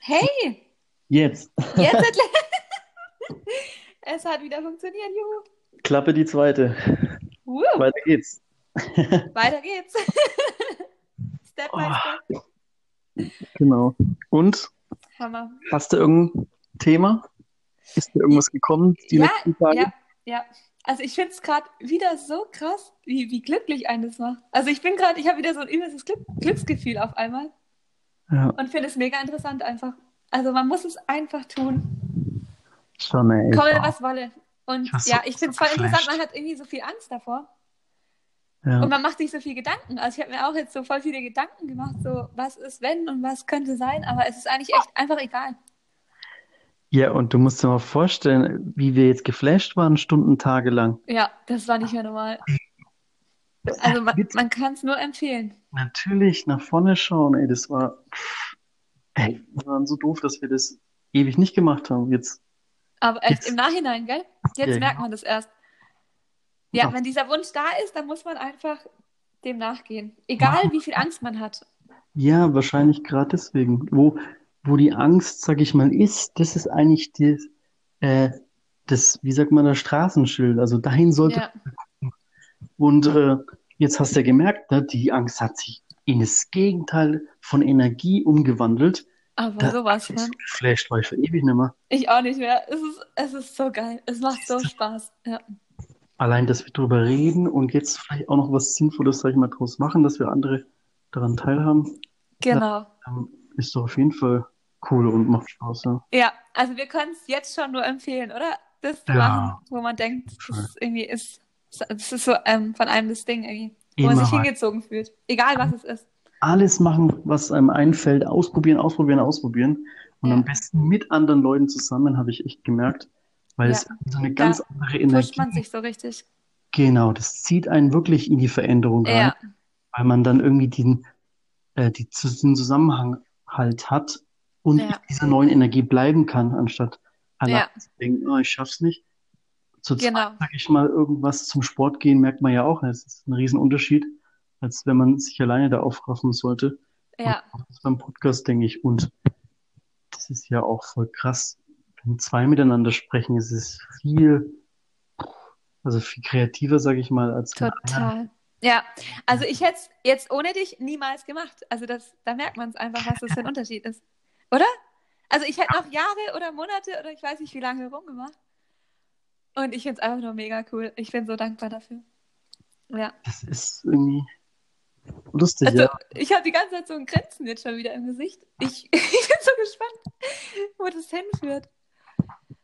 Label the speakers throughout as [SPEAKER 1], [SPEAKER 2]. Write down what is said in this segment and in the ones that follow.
[SPEAKER 1] Hey,
[SPEAKER 2] Jetzt.
[SPEAKER 1] jetzt hat es hat wieder funktioniert. Juhu.
[SPEAKER 2] Klappe die zweite.
[SPEAKER 1] Woo,
[SPEAKER 2] Weiter geht's.
[SPEAKER 1] weiter geht's. Step by step.
[SPEAKER 2] Genau. Und
[SPEAKER 1] Hammer.
[SPEAKER 2] hast du irgendein Thema? Ist dir irgendwas gekommen die
[SPEAKER 1] Ja,
[SPEAKER 2] letzten Tage?
[SPEAKER 1] ja, ja. Also ich finde es gerade wieder so krass, wie, wie glücklich einen das macht. Also ich bin gerade, ich habe wieder so ein übelstes Glück, Glücksgefühl auf einmal
[SPEAKER 2] Ja,
[SPEAKER 1] und finde es mega interessant einfach. Also man muss es einfach tun.
[SPEAKER 2] schon, ey.
[SPEAKER 1] Komme, was wolle. Und
[SPEAKER 2] Ich war so-
[SPEAKER 1] ja, ich finde es voll
[SPEAKER 2] so
[SPEAKER 1] interessant, man
[SPEAKER 2] geflasht.
[SPEAKER 1] hat irgendwie so viel Angst davor. Und
[SPEAKER 2] Ja.
[SPEAKER 1] man macht sich so viel Gedanken. Also ich habe mir auch jetzt so voll viele Gedanken gemacht, so was ist wenn und was könnte sein, aber es ist eigentlich echt einfach egal.
[SPEAKER 2] ja, und du musst dir mal vorstellen, wie wir jetzt geflasht waren, Stunden, Tage lang.
[SPEAKER 1] Ja, das war nicht mehr normal. Also man,
[SPEAKER 2] Mit-
[SPEAKER 1] man kann es nur empfehlen.
[SPEAKER 2] Natürlich nach vorne schauen, ey. Das war. Ey, wir waren so doof, dass wir das ewig nicht gemacht haben. Jetzt.
[SPEAKER 1] Aber echt
[SPEAKER 2] Jetzt-
[SPEAKER 1] im Nachhinein, gell? Jetzt
[SPEAKER 2] Ja.
[SPEAKER 1] merkt man das erst. Ja,
[SPEAKER 2] Ja.
[SPEAKER 1] wenn dieser Wunsch da ist, dann muss man einfach dem nachgehen. Egal wie viel Angst man hat.
[SPEAKER 2] Ja, wahrscheinlich gerade deswegen. Wo, wo die Angst, sag ich mal, ist, das ist eigentlich die, äh, das, wie sagt man, das Straßenschild. Also dahin sollte.
[SPEAKER 1] Ja,
[SPEAKER 2] Und äh, jetzt hast du ja gemerkt, ne, die Angst hat sich in das Gegenteil von Energie umgewandelt.
[SPEAKER 1] aber
[SPEAKER 2] Da-
[SPEAKER 1] sowas,
[SPEAKER 2] Das
[SPEAKER 1] ne?
[SPEAKER 2] ist geflasht, war ich für ewig nicht mehr.
[SPEAKER 1] Ich auch nicht mehr. Es ist, es ist so geil. Es macht so Spaß. Ja.
[SPEAKER 2] Allein, dass wir drüber reden und jetzt vielleicht auch noch was Sinnvolles, sag ich mal, draus machen, dass wir andere daran teilhaben,
[SPEAKER 1] Genau.
[SPEAKER 2] ähm, ist doch auf jeden Fall cool und macht Spaß, ja.
[SPEAKER 1] Ja, also wir können es jetzt schon nur empfehlen, oder? Das zu
[SPEAKER 2] Ja.
[SPEAKER 1] machen, wo man denkt, das
[SPEAKER 2] Voll.
[SPEAKER 1] ist irgendwie ist, das ist so ähm, von einem das Ding irgendwie, wo man
[SPEAKER 2] Immer
[SPEAKER 1] sich
[SPEAKER 2] rein.
[SPEAKER 1] hingezogen fühlt, egal was es ist.
[SPEAKER 2] alles machen, was einem einfällt, ausprobieren, ausprobieren, ausprobieren. Und
[SPEAKER 1] Ja.
[SPEAKER 2] am besten mit anderen Leuten zusammen, habe ich echt gemerkt, weil es
[SPEAKER 1] Ja.
[SPEAKER 2] so eine ganz
[SPEAKER 1] Da
[SPEAKER 2] andere
[SPEAKER 1] Pusht
[SPEAKER 2] Energie.
[SPEAKER 1] man sich so richtig.
[SPEAKER 2] Genau, das zieht einen wirklich in die Veränderung rein,
[SPEAKER 1] Ja,
[SPEAKER 2] weil man dann irgendwie den, äh, die, zu- den Zusammenhang halt hat und
[SPEAKER 1] Ja.
[SPEAKER 2] in dieser neuen Energie bleiben kann, anstatt allein
[SPEAKER 1] ja,
[SPEAKER 2] zu denken, oh, ich schaff's nicht. Zu zweit,
[SPEAKER 1] genau.
[SPEAKER 2] sag ich mal, irgendwas zum Sport gehen, merkt man ja auch, es ist ein Riesenunterschied, als wenn man sich alleine da aufraffen sollte.
[SPEAKER 1] Ja,
[SPEAKER 2] Das beim Podcast, denke ich. Und das ist ja auch voll krass. Wenn zwei miteinander sprechen, ist es viel, also viel kreativer, sage ich mal, als wenn einer.
[SPEAKER 1] total. Ja, also ich hätte es jetzt ohne dich niemals gemacht. Also das, da merkt man es einfach, was das für ein Unterschied ist, oder? Also ich hätte noch Jahre oder Monate oder ich weiß nicht wie lange rumgemacht. Und ich finde es einfach nur mega cool. Ich bin so dankbar dafür. Ja.
[SPEAKER 2] Das ist irgendwie lustig,
[SPEAKER 1] Also,
[SPEAKER 2] ja.
[SPEAKER 1] ich habe die ganze Zeit so ein Grinsen jetzt schon wieder im Gesicht. Ich, ich bin so gespannt, wo das hinführt.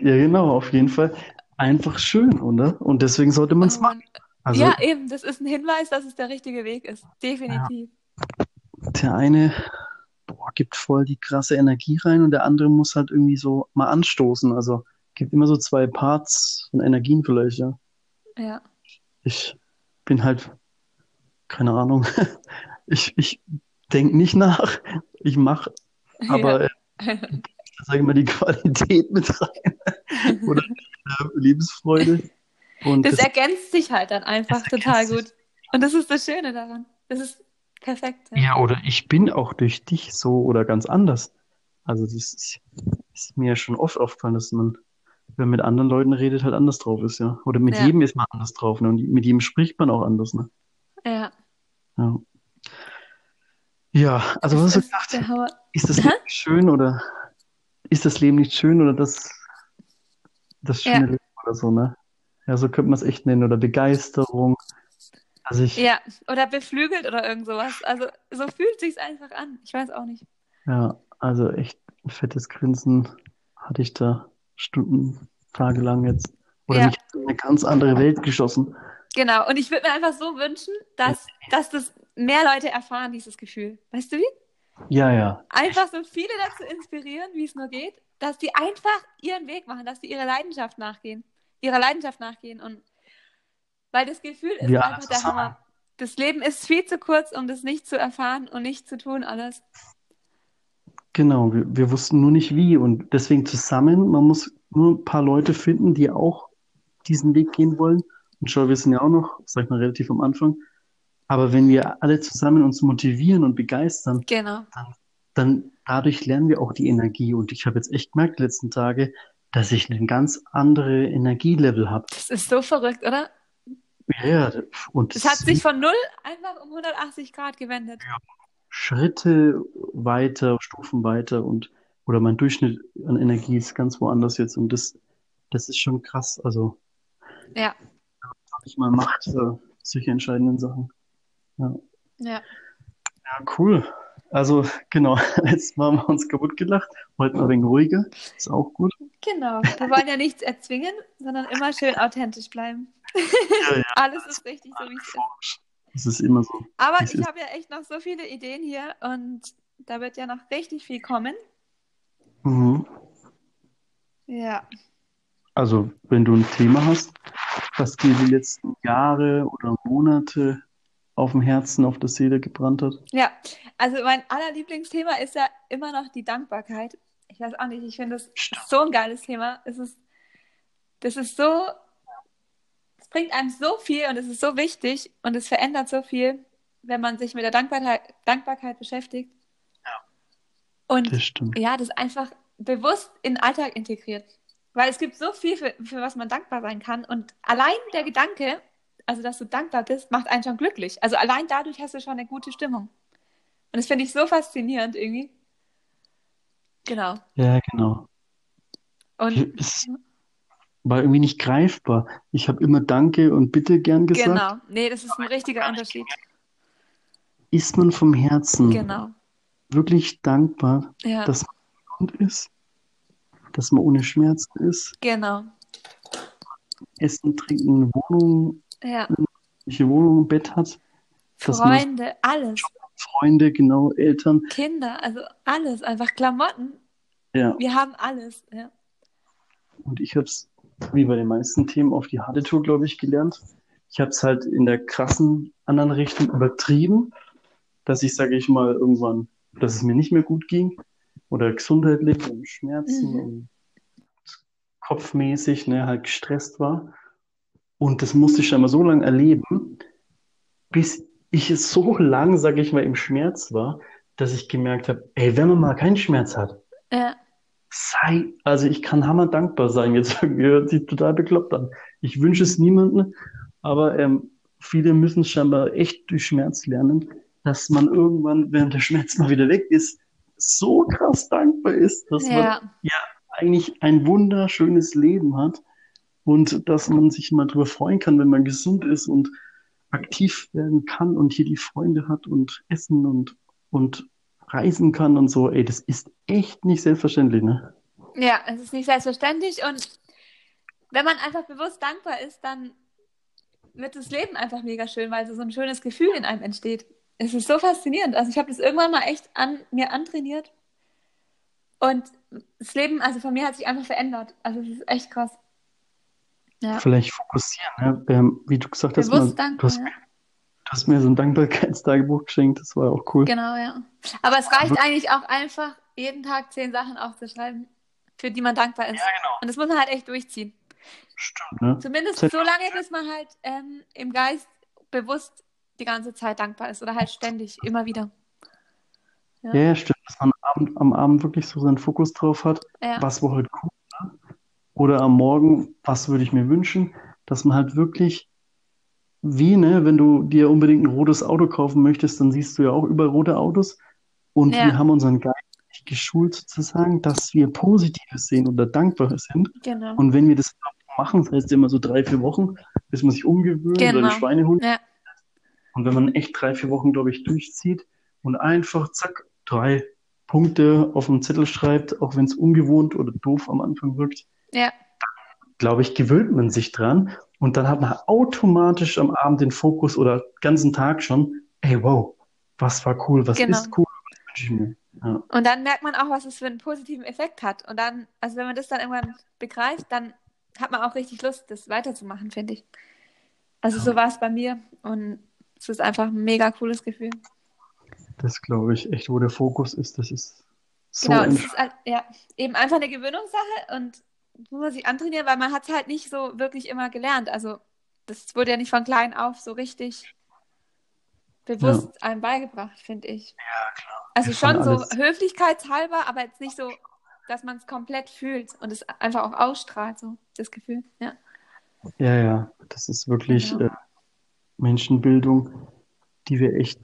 [SPEAKER 2] Ja, genau, auf jeden Fall. Einfach schön, oder? Und deswegen sollte man es
[SPEAKER 1] Oh
[SPEAKER 2] machen.
[SPEAKER 1] Mann.
[SPEAKER 2] Also
[SPEAKER 1] ja, eben, das ist ein Hinweis, dass es der richtige Weg ist. Definitiv.
[SPEAKER 2] der eine, boah, gibt voll die krasse Energie rein und der andere muss halt irgendwie so mal anstoßen. Also gibt immer so zwei Parts von Energien vielleicht, ja.
[SPEAKER 1] Ja.
[SPEAKER 2] Ich bin halt, keine Ahnung. Ich, ich denke nicht nach. Ich mache,
[SPEAKER 1] Ja.
[SPEAKER 2] aber sage ich mal, die Qualität mit rein. Oder äh, Lebensfreude. Und
[SPEAKER 1] Das
[SPEAKER 2] das,
[SPEAKER 1] ergänzt sich halt dann einfach
[SPEAKER 2] Das
[SPEAKER 1] total
[SPEAKER 2] ergänzt
[SPEAKER 1] gut. Und das ist das Schöne daran. Das ist perfekt. Ja.
[SPEAKER 2] ja, oder ich bin auch durch dich so oder ganz anders. Also das ist, ist mir schon oft aufgefallen, dass man, wenn man mit anderen Leuten redet, halt anders drauf ist, ja. Oder mit
[SPEAKER 1] Ja.
[SPEAKER 2] jedem ist man anders drauf, ne? Und mit jedem spricht man auch anders, ne?
[SPEAKER 1] ja.
[SPEAKER 2] Ja. Ja, also
[SPEAKER 1] Das
[SPEAKER 2] was hast du
[SPEAKER 1] ist äh,
[SPEAKER 2] gedacht?
[SPEAKER 1] der Hammer.
[SPEAKER 2] Ist das
[SPEAKER 1] Hä?
[SPEAKER 2] Leben nicht schön oder ist das Leben nicht schön oder das, das
[SPEAKER 1] Ja.
[SPEAKER 2] schöne Leben oder so, ne? Ja, so könnte man es echt nennen. Oder Begeisterung. Also ich,
[SPEAKER 1] Ja, oder beflügelt oder irgend sowas. Also so fühlt sich's einfach an. Ich weiß auch nicht.
[SPEAKER 2] ja, also echt ein fettes Grinsen hatte ich da Stunden, tagelang jetzt. Oder
[SPEAKER 1] Ja.
[SPEAKER 2] mich in eine ganz andere Welt geschossen.
[SPEAKER 1] Genau. Und ich würde mir einfach so wünschen, dass, dass das mehr Leute erfahren, dieses Gefühl. Weißt du wie?
[SPEAKER 2] Ja, ja.
[SPEAKER 1] einfach so viele dazu inspirieren, wie es nur geht, dass die einfach ihren Weg machen, dass die ihrer Leidenschaft nachgehen, ihrer Leidenschaft nachgehen und weil das Gefühl ist
[SPEAKER 2] Wir alle
[SPEAKER 1] einfach der
[SPEAKER 2] zusammen.
[SPEAKER 1] Hammer. Das Leben ist viel zu kurz, um das nicht zu erfahren und nicht zu tun alles.
[SPEAKER 2] Genau, wir, wir wussten nur nicht wie. Und deswegen zusammen, man muss nur ein paar Leute finden, die auch diesen Weg gehen wollen. Und schau, wir sind ja auch noch, sag ich mal, relativ am Anfang. Aber wenn wir alle zusammen uns motivieren und begeistern,
[SPEAKER 1] Genau.
[SPEAKER 2] dann dadurch lernen wir auch die Energie. Und ich habe jetzt echt gemerkt, die letzten Tage, dass ich ein ganz andere Energielevel habe.
[SPEAKER 1] Das ist so verrückt, oder?
[SPEAKER 2] Ja, und
[SPEAKER 1] Es hat sich von null einfach um 180 Grad gewendet.
[SPEAKER 2] Schritte weiter, Stufen weiter und oder mein Durchschnitt an Energie ist ganz woanders jetzt und das, das ist schon krass. Also
[SPEAKER 1] Ja,
[SPEAKER 2] was ich mal macht äh, solche entscheidenden Sachen. Ja.
[SPEAKER 1] ja.
[SPEAKER 2] ja, cool. Also genau, jetzt haben wir uns kaputt gelacht. Heute mal ein wenig ruhiger, ist auch gut.
[SPEAKER 1] Genau. Wir wollen ja nichts erzwingen, sondern immer schön authentisch bleiben.
[SPEAKER 2] Ja, ja,
[SPEAKER 1] Alles ist richtig, so wie es ist.
[SPEAKER 2] das ist immer so.
[SPEAKER 1] Aber
[SPEAKER 2] Das
[SPEAKER 1] ich
[SPEAKER 2] ist-
[SPEAKER 1] habe ja echt noch so viele Ideen hier und da wird ja noch richtig viel kommen.
[SPEAKER 2] Mhm.
[SPEAKER 1] Ja.
[SPEAKER 2] Also, wenn du ein Thema hast, was dir die letzten Jahre oder Monate auf dem Herzen, auf der Seele gebrannt hat.
[SPEAKER 1] Ja, also mein allerlieblingsthema ist ja immer noch die Dankbarkeit. Ich weiß auch nicht, ich finde das so ein geiles Thema. Es ist, das ist so, es bringt einem so viel und es ist so wichtig und es verändert so viel, wenn man sich mit der Dankbarkeit, Dankbarkeit beschäftigt. Und
[SPEAKER 2] Das stimmt.
[SPEAKER 1] ja, das einfach bewusst in den Alltag integriert. Weil es gibt so viel, für, für was man dankbar sein kann. Und allein der Gedanke, also dass du dankbar bist, macht einen schon glücklich. Also allein dadurch hast du schon eine gute Stimmung. Und das finde ich so faszinierend irgendwie. Genau.
[SPEAKER 2] Ja, genau.
[SPEAKER 1] Und
[SPEAKER 2] Es Hm, war irgendwie nicht greifbar. Ich habe immer Danke und Bitte gern gesagt.
[SPEAKER 1] genau. Nee, das ist ein richtiger Unterschied.
[SPEAKER 2] Ist man vom Herzen
[SPEAKER 1] Genau.
[SPEAKER 2] wirklich dankbar,
[SPEAKER 1] Ja,
[SPEAKER 2] dass man gesund ist, dass man ohne Schmerzen ist,
[SPEAKER 1] genau.
[SPEAKER 2] Essen, Trinken, eine Wohnung,
[SPEAKER 1] Ja.
[SPEAKER 2] welche Wohnung, ein Bett hat, Hm, Das muss-
[SPEAKER 1] Freunde, alles.
[SPEAKER 2] Freunde, genau, Eltern.
[SPEAKER 1] Kinder, also alles. Einfach Klamotten.
[SPEAKER 2] Ja,
[SPEAKER 1] Wir haben alles. Ja.
[SPEAKER 2] und ich habe es, wie bei den meisten Themen, auf die harte Tour, glaube ich, gelernt. Ich habe es halt in der krassen anderen Richtung übertrieben, dass ich, sage ich mal, irgendwann, dass es mir nicht mehr gut ging oder gesundheitlich und Schmerzen
[SPEAKER 1] Mhm.
[SPEAKER 2] und kopfmäßig, ne, halt gestresst war. Und das musste ich scheinbar so lange erleben, bis ich es so lang, sage ich mal, im Schmerz war, dass ich gemerkt habe, ey, wenn man mal keinen Schmerz hat,
[SPEAKER 1] Ja.
[SPEAKER 2] sei, also ich kann hammer dankbar sein. Jetzt hört sich total bekloppt an. Ich wünsche es niemandem, aber ähm, viele müssen scheinbar echt durch Schmerz lernen, dass man irgendwann, während der Schmerz mal wieder weg ist, so krass dankbar ist, dass man
[SPEAKER 1] ja.
[SPEAKER 2] eigentlich ein wunderschönes Leben hat und dass man sich mal drüber freuen kann, wenn man gesund ist und aktiv werden kann und hier die Freunde hat und essen und, und reisen kann und so. Ey, das ist echt nicht selbstverständlich, ne?
[SPEAKER 1] Ja, es ist nicht selbstverständlich und wenn man einfach bewusst dankbar ist, dann wird das Leben einfach mega schön, weil so so ein schönes Gefühl in einem entsteht. Es ist so faszinierend. Also ich habe das irgendwann mal echt an mir antrainiert und das Leben, also von mir hat sich einfach verändert. Also es ist echt krass. Ja.
[SPEAKER 2] Vielleicht fokussieren, ne? Ähm, wie du gesagt hast,
[SPEAKER 1] Bewusst
[SPEAKER 2] man, du,
[SPEAKER 1] dankbar.
[SPEAKER 2] hast,
[SPEAKER 1] Ja.
[SPEAKER 2] du hast mir so ein Dankbarkeitstagebuch geschenkt, das war auch cool.
[SPEAKER 1] Genau, ja. Aber es
[SPEAKER 2] Mhm.
[SPEAKER 1] reicht eigentlich auch einfach, jeden Tag zehn Sachen aufzuschreiben, für die man dankbar ist.
[SPEAKER 2] genau,
[SPEAKER 1] Und das muss man halt echt durchziehen.
[SPEAKER 2] stimmt. Ne?
[SPEAKER 1] Zumindest
[SPEAKER 2] Zeit-
[SPEAKER 1] so lange, bis man halt ähm, im Geist bewusst die ganze Zeit dankbar ist oder halt ständig, immer wieder. Ja.
[SPEAKER 2] Ja. ja, stimmt, dass man am Abend, am Abend wirklich so seinen Fokus drauf hat,
[SPEAKER 1] Ja,
[SPEAKER 2] was war heute cool, ne? oder am Morgen, was würde ich mir wünschen, dass man halt wirklich, wie, ne, wenn du dir unbedingt ein rotes Auto kaufen möchtest, dann siehst du ja auch überall rote Autos und
[SPEAKER 1] Ja.
[SPEAKER 2] wir haben unseren Geist geschult sozusagen, dass wir Positives sehen oder dankbar sind.
[SPEAKER 1] genau.
[SPEAKER 2] Und wenn wir das machen, das heißt immer so drei, vier Wochen, bis man sich umgewöhnt
[SPEAKER 1] Genau.
[SPEAKER 2] oder ein Schweinehund.
[SPEAKER 1] Ja.
[SPEAKER 2] Und wenn man echt drei, vier Wochen, glaube ich, durchzieht und einfach, zack, drei Punkte auf den Zettel schreibt, auch wenn es ungewohnt oder doof am Anfang wirkt,
[SPEAKER 1] Ja.
[SPEAKER 2] glaube ich, gewöhnt man sich dran. Und dann hat man automatisch am Abend den Fokus oder ganzen Tag schon, ey, wow, was war cool, was
[SPEAKER 1] Genau.
[SPEAKER 2] ist cool, was wünsche ich mir.
[SPEAKER 1] Und dann merkt man auch, was es für einen positiven Effekt hat. Und dann, also wenn man das dann irgendwann begreift, dann hat man auch richtig Lust, das weiterzumachen, finde ich. Also
[SPEAKER 2] Ja.
[SPEAKER 1] so war es bei mir. Und es ist einfach ein mega cooles Gefühl.
[SPEAKER 2] Das glaube ich echt, wo der Fokus ist, das ist so
[SPEAKER 1] Genau, und es
[SPEAKER 2] entscheidend.
[SPEAKER 1] ist ein- ja, eben einfach eine Gewöhnungssache und das muss man sich antrainieren, weil man hat es halt nicht so wirklich immer gelernt. Also das wurde ja nicht von klein auf so richtig bewusst einem beigebracht, finde ich. Also
[SPEAKER 2] Ja, schon
[SPEAKER 1] schon so
[SPEAKER 2] alles.
[SPEAKER 1] höflichkeitshalber, aber jetzt nicht so, dass man es komplett fühlt und es einfach auch ausstrahlt, so das Gefühl. Ja.
[SPEAKER 2] Ja, ja, das ist wirklich
[SPEAKER 1] Ja.
[SPEAKER 2] äh, Menschenbildung, die wir echt,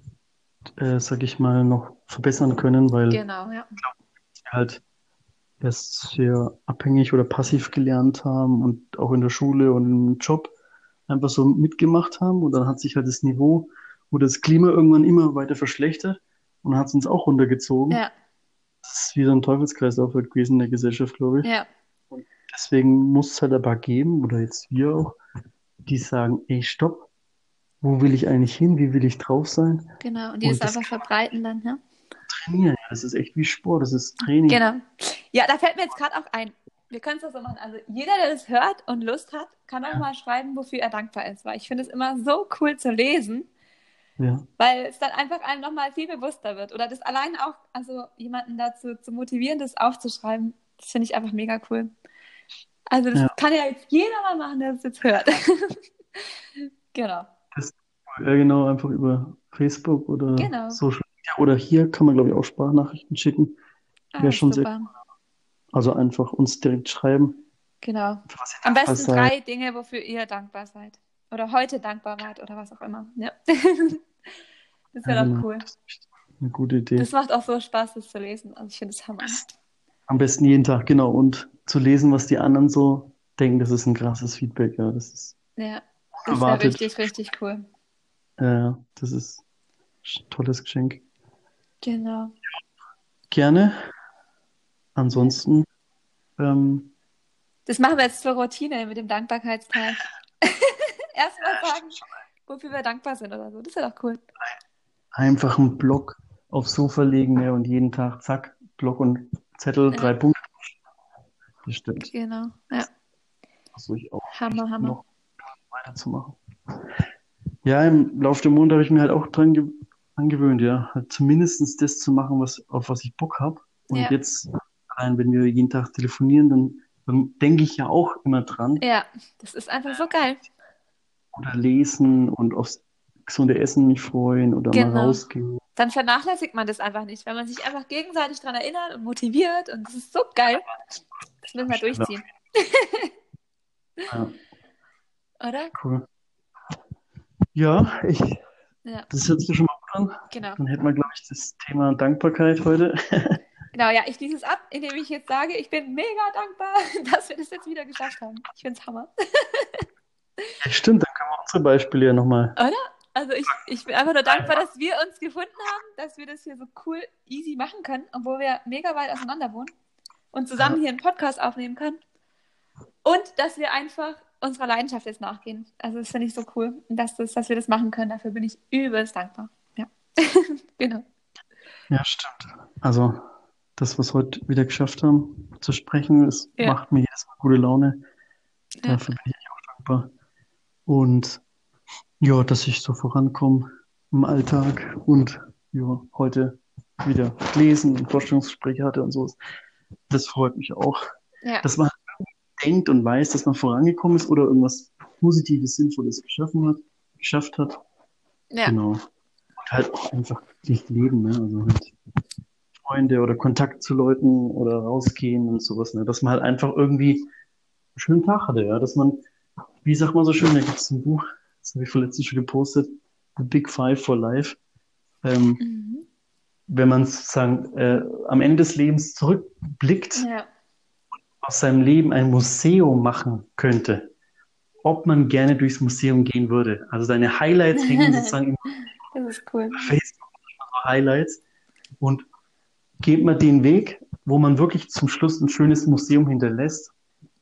[SPEAKER 2] äh, sag ich mal, noch verbessern können, weil
[SPEAKER 1] Genau, ja.
[SPEAKER 2] wir halt erst sehr abhängig oder passiv gelernt haben und auch in der Schule und im Job einfach so mitgemacht haben und dann hat sich halt das Niveau oder das Klima irgendwann immer weiter verschlechtert und hat es uns auch runtergezogen.
[SPEAKER 1] Ja,
[SPEAKER 2] Das ist wieder ein Teufelskreislauf halt gewesen in der Gesellschaft, glaube ich.
[SPEAKER 1] ja,
[SPEAKER 2] Deswegen muss es halt ein paar geben, oder jetzt wir auch, die sagen, ey, stopp, wo will ich eigentlich hin, wie will ich drauf sein?
[SPEAKER 1] genau. Und die
[SPEAKER 2] Und
[SPEAKER 1] das
[SPEAKER 2] das
[SPEAKER 1] einfach verbreiten dann, ja.
[SPEAKER 2] Trainieren, ja, das ist echt wie Sport, das ist Training.
[SPEAKER 1] Genau. Ja, da fällt mir jetzt gerade auch ein. Wir können es doch so machen. Also jeder, der das hört und Lust hat, kann auch
[SPEAKER 2] Ja.
[SPEAKER 1] mal schreiben, wofür er dankbar ist. Weil ich finde es immer so cool zu lesen,
[SPEAKER 2] Ja,
[SPEAKER 1] weil es dann einfach einem nochmal viel bewusster wird. Oder das allein auch, also jemanden dazu zu motivieren, das aufzuschreiben, das finde ich einfach mega cool. Also das
[SPEAKER 2] Ja.
[SPEAKER 1] kann ja jetzt jeder mal machen, der es jetzt hört. genau.
[SPEAKER 2] ja, genau, einfach über Facebook oder
[SPEAKER 1] Genau.
[SPEAKER 2] Social Media. Oder hier kann man, glaube ich, auch Sprachnachrichten schicken.
[SPEAKER 1] Ah,
[SPEAKER 2] Wäre schon sehr
[SPEAKER 1] super.
[SPEAKER 2] Also einfach uns direkt schreiben.
[SPEAKER 1] Genau.
[SPEAKER 2] für was ihr
[SPEAKER 1] Am
[SPEAKER 2] dankbar
[SPEAKER 1] besten
[SPEAKER 2] seid.
[SPEAKER 1] drei Dinge, wofür ihr dankbar seid. Oder heute dankbar wart oder was auch immer. Ja. Das
[SPEAKER 2] Ja,
[SPEAKER 1] wäre doch
[SPEAKER 2] genau.
[SPEAKER 1] cool.
[SPEAKER 2] Das ist echt eine gute Idee.
[SPEAKER 1] Das macht auch so Spaß, das zu lesen. Also ich finde es Hammer.
[SPEAKER 2] Am besten jeden Tag, genau. Und zu lesen, was die anderen so denken, das ist ein krasses Feedback, ja. Das ist,
[SPEAKER 1] Ja, das wäre
[SPEAKER 2] Unerwartet.
[SPEAKER 1] richtig, richtig cool.
[SPEAKER 2] äh, das ist ein tolles Geschenk.
[SPEAKER 1] Genau.
[SPEAKER 2] Gerne. Ansonsten, ähm,
[SPEAKER 1] Das machen wir jetzt zur Routine mit dem Dankbarkeitstag. Erstmal sagen, wofür wir dankbar sind oder so. Das wäre doch cool.
[SPEAKER 2] einfach einen Block aufs Sofa legen, ne, und jeden Tag, zack, Block und Zettel,
[SPEAKER 1] Ja.
[SPEAKER 2] drei Punkte. Bestimmt.
[SPEAKER 1] Genau. Ja,
[SPEAKER 2] Versuche ich auch
[SPEAKER 1] Hammer, Hammer.
[SPEAKER 2] noch weiterzumachen. Ja, im Laufe der Monate habe ich mir halt auch dran ge angewöhnt, ja. Halt zumindest das zu machen, was, auf was ich Bock habe. Und
[SPEAKER 1] Ja.
[SPEAKER 2] jetzt, allein wenn wir jeden Tag telefonieren, dann, dann denke ich ja auch immer dran.
[SPEAKER 1] Ja, das ist einfach so geil.
[SPEAKER 2] Oder lesen und aufs gesunde Essen mich freuen oder mal
[SPEAKER 1] Genau.
[SPEAKER 2] rausgehen.
[SPEAKER 1] Dann vernachlässigt man das einfach nicht, wenn man sich einfach gegenseitig daran erinnert und motiviert. Und das ist so geil. Das müssen wir durchziehen,
[SPEAKER 2] Ja,
[SPEAKER 1] oder?
[SPEAKER 2] cool. Ja, ich,
[SPEAKER 1] Ja,
[SPEAKER 2] das hört sich schon mal gut an.
[SPEAKER 1] genau.
[SPEAKER 2] Dann hätten wir, glaube ich, das Thema Dankbarkeit heute.
[SPEAKER 1] Genau, ja, ich schließe es ab, indem ich jetzt sage, ich bin mega dankbar, dass wir das jetzt wieder geschafft haben. Ich finde es Hammer.
[SPEAKER 2] Ja, stimmt, dann können wir unsere Beispiele ja nochmal.
[SPEAKER 1] Also ich, ich bin einfach nur dankbar, dass wir uns gefunden haben, dass wir das hier so cool, easy machen können, obwohl wir mega weit auseinander wohnen und zusammen hier einen Podcast aufnehmen können. Und dass wir einfach unserer Leidenschaft jetzt nachgehen. Also das finde ich so cool, dass, das, dass wir das machen können. Dafür bin ich übelst dankbar. Ja, genau.
[SPEAKER 2] Ja, stimmt. Also, das, was wir heute wieder geschafft haben, zu sprechen, das
[SPEAKER 1] Ja.
[SPEAKER 2] macht mir jedes Mal gute Laune.
[SPEAKER 1] Ja.
[SPEAKER 2] Dafür bin ich echt auch dankbar. Und ja, dass ich so vorankomme im Alltag und ja, heute wieder lesen und Vorstellungsgespräche hatte und so. Das freut mich auch.
[SPEAKER 1] Ja,
[SPEAKER 2] Dass man denkt und weiß, dass man vorangekommen ist oder irgendwas Positives, Sinnvolles geschaffen hat, geschafft hat.
[SPEAKER 1] ja.
[SPEAKER 2] Genau. Und halt auch einfach wirklich leben, ne? Also halt Freunde oder Kontakt zu Leuten oder rausgehen und sowas, ne? Dass man halt einfach irgendwie einen schönen Tag hatte, ja? Dass man, wie sagt man so schön, da gibt es ein Buch, das habe ich letztens schon gepostet, The Big Five for Life. Ähm,
[SPEAKER 1] Mhm.
[SPEAKER 2] wenn man sozusagen äh, am Ende des Lebens zurückblickt,
[SPEAKER 1] ja.
[SPEAKER 2] aus seinem Leben ein Museum machen könnte, ob man gerne durchs Museum gehen würde. Also seine Highlights hängen sozusagen im
[SPEAKER 1] Das ist cool.
[SPEAKER 2] Facebook Highlights und geht man den Weg, wo man wirklich zum Schluss ein schönes Museum hinterlässt.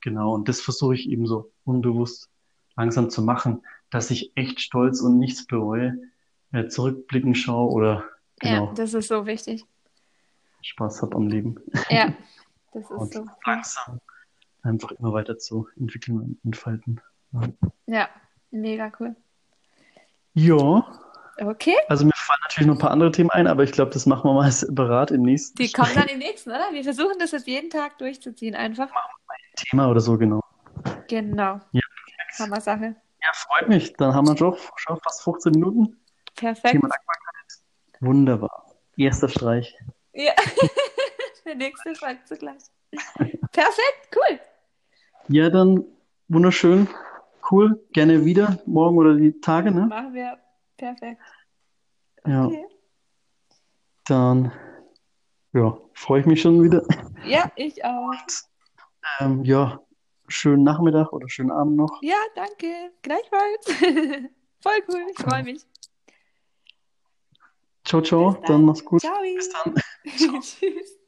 [SPEAKER 2] Genau, und das versuche ich eben so unbewusst langsam zu machen, dass ich echt stolz und nichts bereue, äh, zurückblicken schaue oder genau,
[SPEAKER 1] Ja, das ist so wichtig.
[SPEAKER 2] Spaß habe am Leben.
[SPEAKER 1] Ja, das ist
[SPEAKER 2] Und
[SPEAKER 1] so cool.
[SPEAKER 2] langsam einfach immer weiter zu entwickeln und entfalten.
[SPEAKER 1] Ja, mega cool.
[SPEAKER 2] Ja,
[SPEAKER 1] Okay,
[SPEAKER 2] also mir fallen natürlich noch ein paar andere Themen ein, aber ich glaube, das machen wir mal separat im nächsten
[SPEAKER 1] die kommen dann im nächsten, oder? Wir versuchen das jetzt jeden Tag durchzuziehen, einfach.
[SPEAKER 2] Thema oder so, genau.
[SPEAKER 1] Genau.
[SPEAKER 2] Ja.
[SPEAKER 1] Hammer Sache.
[SPEAKER 2] Ja, freut mich. Dann haben wir schon, schon fast 15 Minuten.
[SPEAKER 1] Perfekt.
[SPEAKER 2] Thema Dankbarkeit. Wunderbar. Erster Streich.
[SPEAKER 1] Ja. Der nächste schreibt zugleich. Perfekt, cool.
[SPEAKER 2] Ja, dann wunderschön. Cool. Gerne wieder. Morgen oder die Tage, ne?
[SPEAKER 1] Machen wir. Perfekt.
[SPEAKER 2] Ja.
[SPEAKER 1] Okay.
[SPEAKER 2] Dann ja, freue ich mich schon wieder.
[SPEAKER 1] Ja, ich auch.
[SPEAKER 2] Ähm, ja, schönen Nachmittag oder schönen Abend noch.
[SPEAKER 1] Ja, danke. Gleichfalls. Voll cool, ich freue mich.
[SPEAKER 2] Ciao, ciao.
[SPEAKER 1] Bis dann.
[SPEAKER 2] Dann mach's gut.
[SPEAKER 1] Ciao.
[SPEAKER 2] Bis dann.
[SPEAKER 1] Tschüss.